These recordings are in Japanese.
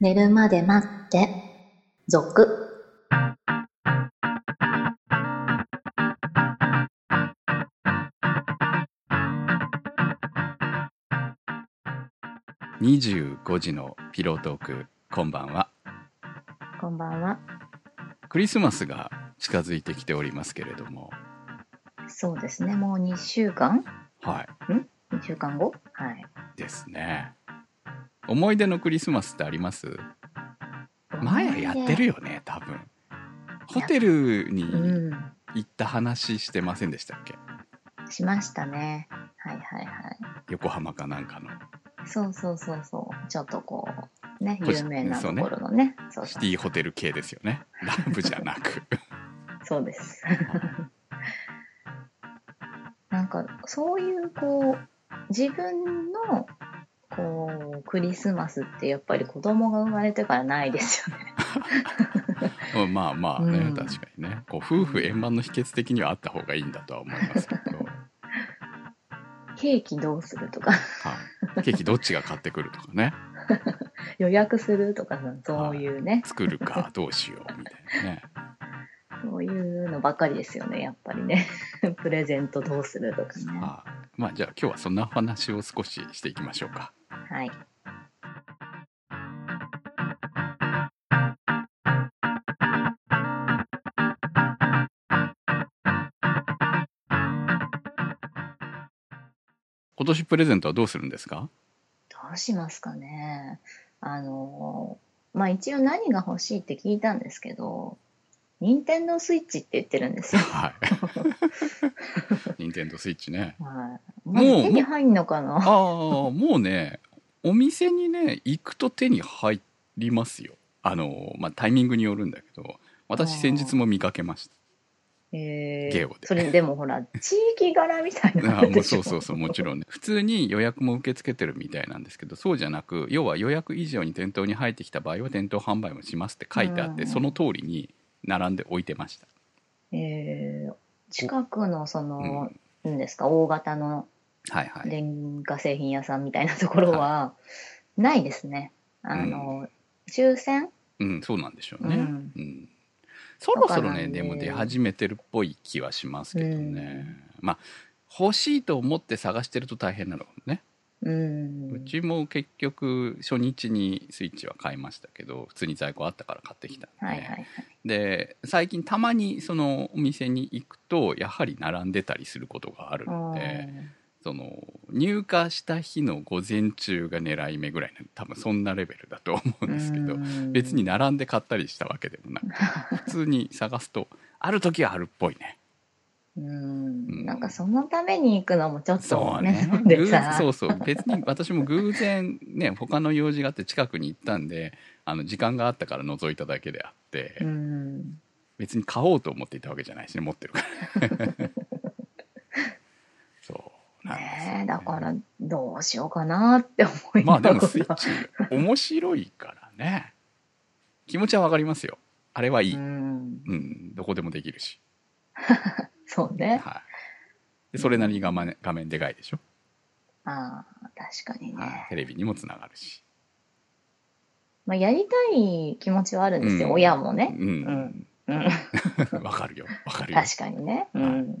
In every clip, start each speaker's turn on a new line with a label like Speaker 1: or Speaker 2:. Speaker 1: 寝るまで待って、続。
Speaker 2: 25時のピロートークこんばんは
Speaker 1: こんばんは。
Speaker 2: クリスマスが近づいてきておりますけれども
Speaker 1: そうですね、もう2週間
Speaker 2: はい
Speaker 1: ?2 週間後はい。
Speaker 2: ですね思い出のクリスマスってあります前やってるよね多分ホテルに
Speaker 1: うん。
Speaker 2: 行った話してませんでしたっけ
Speaker 1: しましたね。はいはいはい。
Speaker 2: 横浜かなんかの
Speaker 1: そうそうそうそう。ちょっとこう、ね、
Speaker 2: こじ
Speaker 1: 有名なと
Speaker 2: そうね
Speaker 1: ころのね。そう
Speaker 2: シ
Speaker 1: そ
Speaker 2: テ
Speaker 1: う
Speaker 2: ィホテル系ですよねラブじゃなく
Speaker 1: そうです。 なんか、そういうこう、自分の、こう、クリスマスってやっぱり子供が生まれてからないですよね。
Speaker 2: うんまあまあね、
Speaker 1: うん
Speaker 2: 確かにねこう夫婦円満の秘訣的にはあった方がいいんだとは思いますけど、
Speaker 1: ケーキどうするとか、
Speaker 2: はい、ケーキどっちが買ってくるとかね
Speaker 1: 予約するとかさ、そういうね、
Speaker 2: 作るか どうしようみたいなね
Speaker 1: そういうのばかりですよね、やっぱりね。 プレゼントどうするとかね。
Speaker 2: あまあじゃあ今日はそんなお話を少ししていきましょうか
Speaker 1: はい。
Speaker 2: 今年プレゼントはどうするんですか
Speaker 1: どうしますかね。あの、まあ、一応何が欲しいって聞いたんですけど、任天堂スイッチって言ってるん ですよ。
Speaker 2: はい 任天堂スイッチね
Speaker 1: はい。
Speaker 2: も
Speaker 1: ま
Speaker 2: う
Speaker 1: だ手に入んのか
Speaker 2: ああ
Speaker 1: な
Speaker 2: もうねお店にね行くと手に入りますよあのまあタイミングによるんだけど私先日も見かけました
Speaker 1: え
Speaker 2: ゲオで
Speaker 1: それでもほら、地域柄みたい な
Speaker 2: あ
Speaker 1: の
Speaker 2: も
Speaker 1: で
Speaker 2: う
Speaker 1: し
Speaker 2: そ
Speaker 1: ょ
Speaker 2: うそうそうもちろんね普通に予約も受け付けてるみたいなんですけどそうじゃなく要は予約以上に店頭に入ってきた場合は店頭販売もしますって書いてあって、
Speaker 1: うん
Speaker 2: その通りに並んで置いてました、
Speaker 1: えー近くのそ
Speaker 2: うん
Speaker 1: の、なんですか、大型の
Speaker 2: はいはい
Speaker 1: 電化製品屋さんみたいなところは、ないですね。あの、抽選
Speaker 2: うんそうなんでしょう
Speaker 1: う
Speaker 2: ね、
Speaker 1: ん
Speaker 2: うんそろそろ
Speaker 1: わから
Speaker 2: ね
Speaker 1: んね
Speaker 2: でも出始めてるっぽい気はしますけどね、まあ欲しいと思って探してると大変なのかもね、
Speaker 1: うん。
Speaker 2: うちも結局初日にスイッチは買いましたけど普通に在庫あったから買ってきたんで、
Speaker 1: はいはいはい。
Speaker 2: で最近たまにそのお店に行くとやはり並んでたりすることがあるのでその入荷した日の午前中が狙い目ぐらいな多分そんなレベルだと思うんですけど別に
Speaker 1: な
Speaker 2: 並んで買ったりしたわけでもなく 普通に探すとある時はあるっぽいね。
Speaker 1: うんなんかそのために行くのもちょっ
Speaker 2: そ
Speaker 1: と
Speaker 2: うね
Speaker 1: ね飲ん でさ
Speaker 2: 偶そうそう別に私も偶然ね他の用事があって近くに行ったんであの時間があったから覗いただけであって、
Speaker 1: うん
Speaker 2: 別に買おうと思っていたわけじゃないしね持ってるから そうなんですよ
Speaker 1: ねえだからどうしようかなって思い
Speaker 2: ま
Speaker 1: なが
Speaker 2: あで
Speaker 1: ら
Speaker 2: もスイッチ面白いからね気持ちはわかりますよあれはいい、う
Speaker 1: うんん
Speaker 2: どこでもできるし、
Speaker 1: そうね
Speaker 2: はい、でそれなりに画面画面でかいでしょ、
Speaker 1: ああ確かに
Speaker 2: はい
Speaker 1: ね、
Speaker 2: テレビにもつながるし、
Speaker 1: まあ、やりたい気持ちはあるんですよ、
Speaker 2: うん
Speaker 1: 親も
Speaker 2: う
Speaker 1: ね、
Speaker 2: ん
Speaker 1: うん、
Speaker 2: わかるよわかるよ
Speaker 1: 確かにね、
Speaker 2: は
Speaker 1: う
Speaker 2: い
Speaker 1: ん、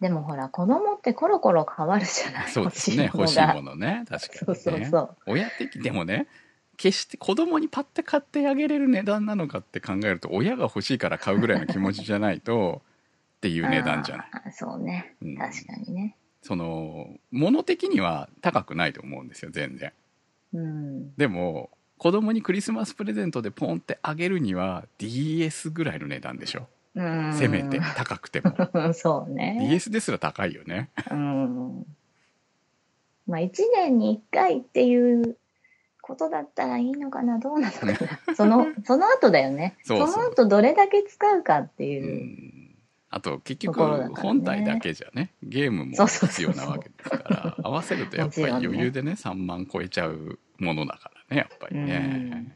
Speaker 1: でもほら子供ってコロコロ変わるじゃない
Speaker 2: そうですね欲しい
Speaker 1: が
Speaker 2: ものね確かにね
Speaker 1: そうそうそう
Speaker 2: 親的 でもね決して子供にパッて買ってあげれる値段なのかって考えると親が欲しいから買うぐらいの気持ちじゃな いとっていう値段じゃない、
Speaker 1: あーそうね
Speaker 2: うん
Speaker 1: 確かにね
Speaker 2: その物的には高くないと思うんですよ全然
Speaker 1: うん
Speaker 2: でも子供にクリスマスプレゼントでポンってあげるには DS ぐらいの値段でしょ
Speaker 1: うん
Speaker 2: せめて高くても
Speaker 1: そうね。
Speaker 2: DS ですら高いよね
Speaker 1: うん。まあ、一年に一回っていうことだったらいいのかな、どうなのか な。その、その後だよね。
Speaker 2: そうそう
Speaker 1: の後どれだけ使うかって
Speaker 2: う
Speaker 1: いう。
Speaker 2: んあと結
Speaker 1: ところだから
Speaker 2: 局
Speaker 1: ね
Speaker 2: 本体だけじゃねゲームも
Speaker 1: そうそうそう
Speaker 2: 必要なわけですから合わせるとやっぱり
Speaker 1: もちろんね
Speaker 2: 余裕でね3万超えちゃうものだからねやっぱりね、
Speaker 1: うん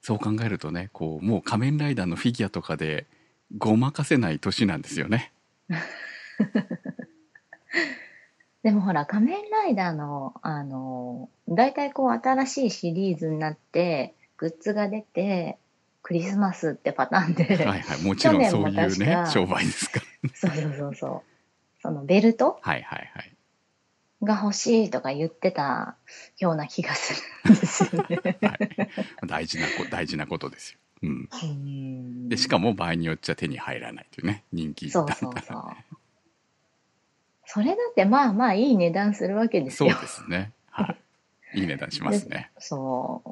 Speaker 2: そう考えるとねこうもう仮面ライダーのフィギュアとかで ごまかせない年なんですよね
Speaker 1: でもほら、仮面ライダーの、あの、大体こう新しいシリーズになって、グッズが出て、クリスマスってパターンで、
Speaker 2: はいはい、もちろんそうい
Speaker 1: 去
Speaker 2: う
Speaker 1: 年も
Speaker 2: ね
Speaker 1: 確か
Speaker 2: 商売ですから
Speaker 1: そうそうそうそう。そのベルト
Speaker 2: はいはいはい
Speaker 1: が欲しいとか言ってたような気がするんですよね。
Speaker 2: 大事なこ大事なことですよ、うん、
Speaker 1: うん
Speaker 2: でしかも場合によっちゃ手に入らないというね人気
Speaker 1: そうそうそう。それだってまあまあいい値段するわけです
Speaker 2: そう
Speaker 1: よ。
Speaker 2: ですねはいいい値段しますね
Speaker 1: そ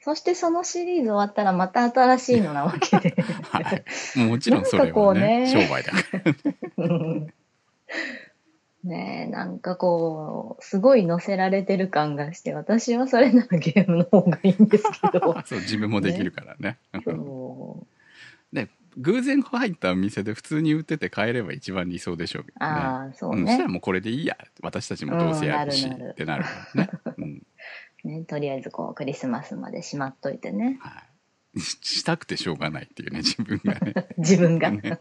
Speaker 1: う。そしてそのシリーズ終わったらまた新しいのなわけ で。
Speaker 2: はいもちろんそれはね
Speaker 1: な
Speaker 2: 商
Speaker 1: ん
Speaker 2: 売だから。
Speaker 1: うん ねえ、なんかこう、すごい乗せられてる感がして、私はそれならゲームの方がいいんですけど
Speaker 2: そう自分もできるからね
Speaker 1: そう
Speaker 2: 偶然入ったお店で普通に売ってて買えれば一番理想でしょうけどね、
Speaker 1: ああ、そううん
Speaker 2: そしたら
Speaker 1: ね,、
Speaker 2: もうこれでいいや私たちもどうせやるし、
Speaker 1: うんなるなる
Speaker 2: ってなるからね、うん
Speaker 1: ね。とりあえずこう、クリスマスまでしまっといてね。
Speaker 2: はい、ししたくてしょうがないって いうね自分がね
Speaker 1: 自分が。
Speaker 2: ね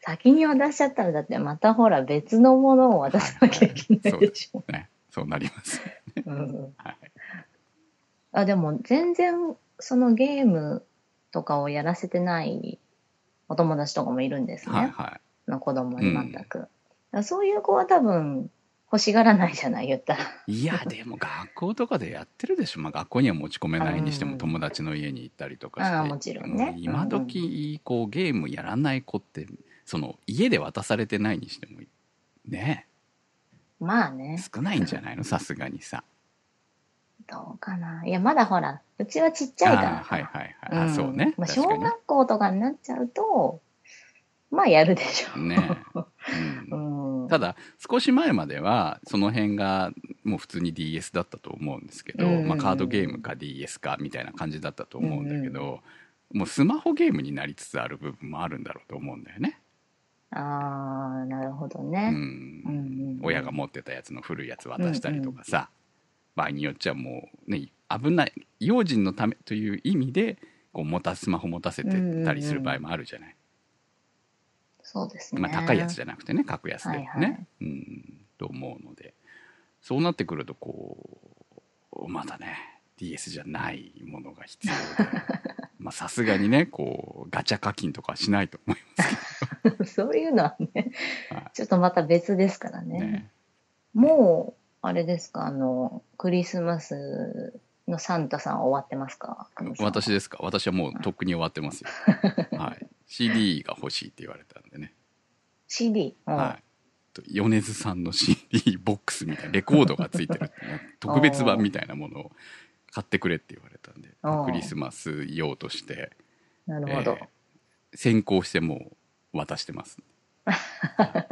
Speaker 1: 先に渡しちゃったら、だってまたほら別のものを渡さなきゃいけないでしょ。
Speaker 2: ねそうなります、
Speaker 1: うん
Speaker 2: はい、
Speaker 1: あでも全然そのゲームとかをやらせてないお友達とかもいるんですね、
Speaker 2: はいは
Speaker 1: の子供に全く、だからそういう子は多分欲しがらないじゃない言ったら
Speaker 2: いいやでも学校とかでやってるでしょ、まあ、学校には持ち込めないにして
Speaker 1: う
Speaker 2: も
Speaker 1: ん
Speaker 2: 友達の家に行ったりとか
Speaker 1: ああ
Speaker 2: し
Speaker 1: も
Speaker 2: て
Speaker 1: ちろんね
Speaker 2: もう今時こうゲームやらない子ってその家で渡されてないにしてもね
Speaker 1: まあね
Speaker 2: 少ないんじゃないのさすがにさ
Speaker 1: どうかないやまだほらうちはちっちゃいから
Speaker 2: ああはいはいはい、
Speaker 1: うん
Speaker 2: あそうね、
Speaker 1: まあ、
Speaker 2: 確
Speaker 1: 小
Speaker 2: かに
Speaker 1: 学校とかになっちゃうとまあやるでしょ
Speaker 2: ね、うん
Speaker 1: う、ん、
Speaker 2: ただ少し前まではその辺がもう普通に DS だったと思うんですけど、
Speaker 1: うんうんうん
Speaker 2: まあ、カードゲームか DS かみたいな感じだったと思うんだけど、もうスマホゲームになりつつある部分もあるんだろうと思うんだよね、
Speaker 1: ああなるほど
Speaker 2: う
Speaker 1: ね、
Speaker 2: ん
Speaker 1: うんうん
Speaker 2: 親が持ってたやつの古いやつ渡したりとかさ、場合によっちゃもう、ね、危ない用心のためという意味でこう持たスマホ持たせてたりする場合もあるじゃない、
Speaker 1: そうですね
Speaker 2: まあ、高いやつじ
Speaker 1: ゃ
Speaker 2: ゃなくてね格安でもね、
Speaker 1: はいはい
Speaker 2: うんと思うのでそうなってくるとこうまたね DS じゃないものが 必要でまあさすがにねこうガチャ課金とかはしないと思い
Speaker 1: そういうのはね
Speaker 2: はい
Speaker 1: ちょっとまた別ですから
Speaker 2: ます
Speaker 1: ね
Speaker 2: ね。
Speaker 1: もう、あれですか、あの、クリスマスのサンタさん終わってますか
Speaker 2: 私
Speaker 1: で。
Speaker 2: ですか私はもうとっくに終わって ますよ、はい、CD が欲しいって言われたんでね、
Speaker 1: CD。うん
Speaker 2: はい、と米津さんの CD ボックスみたいなレコードがついてる、 ね、特別版みたいなものを買ってくれって言われたんで
Speaker 1: おー
Speaker 2: クリスマス用として
Speaker 1: なるほど。
Speaker 2: えー先行してもう渡し てます。私は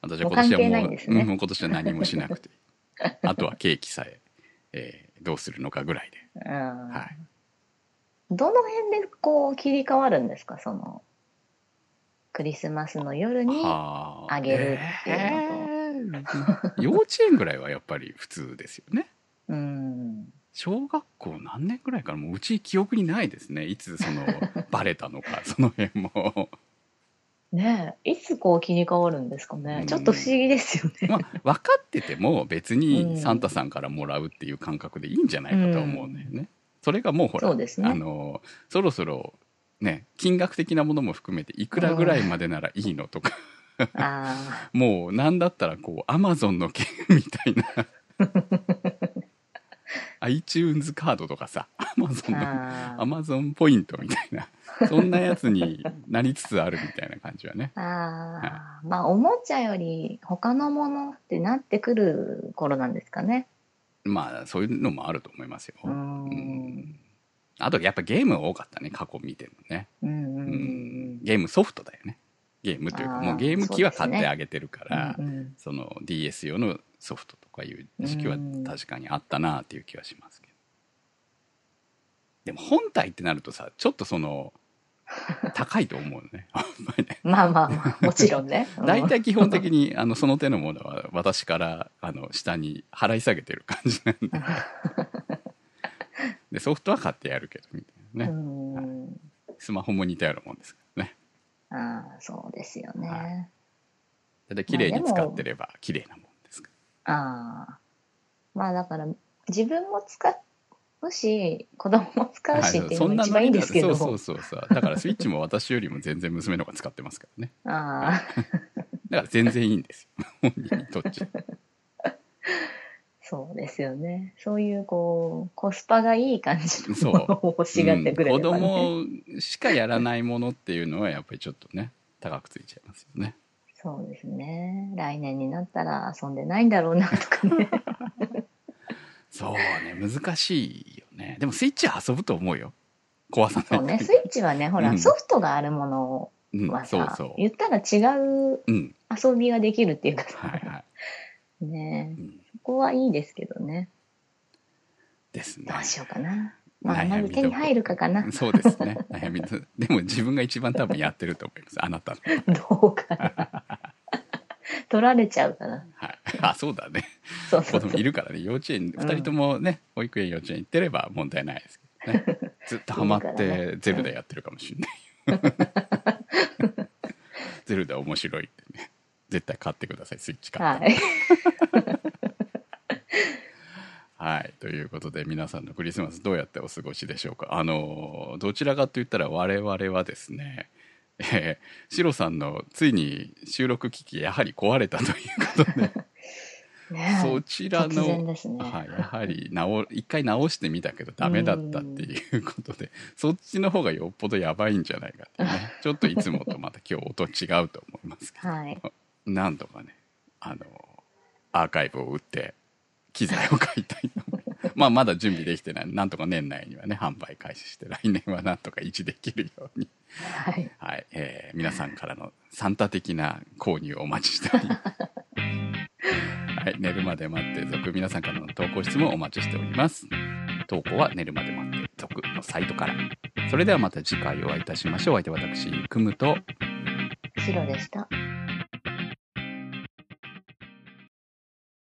Speaker 2: 今年は
Speaker 1: もう関係ない
Speaker 2: もうん
Speaker 1: ですね
Speaker 2: うんもう今年は何もしなくていいあとはケーキさええーどうするのかぐらいで、
Speaker 1: うん
Speaker 2: はい、
Speaker 1: どの辺でこう切り替わるんですかその、クリスマスの夜に。
Speaker 2: は
Speaker 1: あげるっていう
Speaker 2: うのと、えー幼稚園ぐらいはやっぱり普通ですよね
Speaker 1: うん。
Speaker 2: 小学校何年ぐらいからもううち記憶にないですねいつそのバレたのかその辺も
Speaker 1: ねえいつこう切り替わるんですかね、
Speaker 2: うん
Speaker 1: ちょっと不思議ですよね。
Speaker 2: まあ分かってても別
Speaker 1: うん
Speaker 2: にサンタさんからもらうっていう感覚でいいんじゃないかと思うんだよね、それがもうほら
Speaker 1: そうですね
Speaker 2: あのそろそろね金額的なものも含めていくらぐらいまでならいいのとか、
Speaker 1: あ
Speaker 2: もう何だったらこうアマゾンの券みたいな iTunes カードとかさアマゾ
Speaker 1: ー
Speaker 2: ンの
Speaker 1: あ
Speaker 2: アマゾンポイントみたいなそんなやつになりつつあるみたいな感じはね
Speaker 1: ー。あー。まあ、おもちゃより他のものってなってくる頃なんですかね。
Speaker 2: まあそういうのもあると思いますよ、
Speaker 1: う。
Speaker 2: うんんあとやっぱゲームが多かったね過去見てもね、
Speaker 1: うんうんう
Speaker 2: うん
Speaker 1: んうん。
Speaker 2: ゲームソフトだよねゲームというか
Speaker 1: あー
Speaker 2: もうゲーム機は
Speaker 1: そう
Speaker 2: 買
Speaker 1: ですね
Speaker 2: ってあげてるからそ,、
Speaker 1: うんうん
Speaker 2: の DS 用のソフトとかいう時期は
Speaker 1: うん
Speaker 2: 確かにあったなっていう気はしますけど、でも本体ってなるとさちょっと その高いと思うね あんまりね。
Speaker 1: まあまあまあ、もちろんね
Speaker 2: 大体基本的にあのその手のものは私からあの下に払い下げてる感じなんで でソフトは買ってやるけどみたいなね、
Speaker 1: うんうん
Speaker 2: スマホも似たようなもんですからね。
Speaker 1: ああ、そうですよね。
Speaker 2: はだいたい綺麗に使ってれば綺麗なもん
Speaker 1: ああ。まあだから、自分も使うし、子供も使うしっていうのが一番いいんですけど。
Speaker 2: はいそうそうそうそうだからスイッチも私よりも全然娘の方が使ってますからね
Speaker 1: ああ、
Speaker 2: だから全然いいんですよ 本人にとっちゃ
Speaker 1: そうですよね。そういうこう、コスパがいい感じ
Speaker 2: そ
Speaker 1: の
Speaker 2: う
Speaker 1: ものを欲しがってくれれ
Speaker 2: うん子
Speaker 1: ば、ね
Speaker 2: 供しかやらないものっていうのはやっぱりちょっとね高くついちゃいますよね
Speaker 1: そうですね。来年になったら遊んでないんだろうなとかね。
Speaker 2: そうね難しいよねでもスイッチは遊ぶと思うよ壊さない
Speaker 1: そう ね、スイッチはね、ほら、
Speaker 2: うん
Speaker 1: ソフトがあるもの
Speaker 2: うん
Speaker 1: は
Speaker 2: そう
Speaker 1: さ、
Speaker 2: そう
Speaker 1: 言ったら違う
Speaker 2: うん
Speaker 1: 遊びができるっていうかさ、
Speaker 2: はいはい、
Speaker 1: ね
Speaker 2: うん、
Speaker 1: そこはいいですけどね。
Speaker 2: ですね
Speaker 1: どうしようかな。まあ、
Speaker 2: 悩み
Speaker 1: まず手に入るかかな。ど
Speaker 2: そうですね悩みのでも自分が一番多分やってると思いますあなたの
Speaker 1: うかな。取られちゃうから。
Speaker 2: はいあそうだね
Speaker 1: そうそ
Speaker 2: 子
Speaker 1: うそう
Speaker 2: 供いるからね幼稚
Speaker 1: う
Speaker 2: 園
Speaker 1: ん
Speaker 2: 2人ともね、保育園幼稚園行ってれば問題ないですけど ねずっとハマっ
Speaker 1: いるから
Speaker 2: てゼルダやってるかもしれない ゼルダ面白いってね絶対買ってくださいスイッチ買って
Speaker 1: はい。
Speaker 2: はい、ということで皆さんのクリスマスどうやってお過ごしでしょうかあのどちらかと言ったら我々はですねえー、シロさんのついに収録機器やはり壊れたということで
Speaker 1: ねえ
Speaker 2: そちら
Speaker 1: 突然
Speaker 2: の、
Speaker 1: ですね。
Speaker 2: はい、やはり直一回直してみたけどダメだったっていうことでそっちの方がよっぽどやばいんじゃないかってねちょっといつもとまた今日音違うと思いますけど
Speaker 1: はい。
Speaker 2: 何度かねあのアーカイブを打って機材を買いたいと思いますまあまだ準備できてないなんとか年内にはね販売開始して来年はなんとか維持できるように、
Speaker 1: はい。
Speaker 2: はいえー皆さんからのサンタ的な購入をお待ちしておりますはい、寝るまで待って続皆さんからの投稿質問をお待ちしております投稿は寝るまで待って続のサイトからそれではまた次回お会いいたしましょうお相手は私くむと
Speaker 1: 白でした。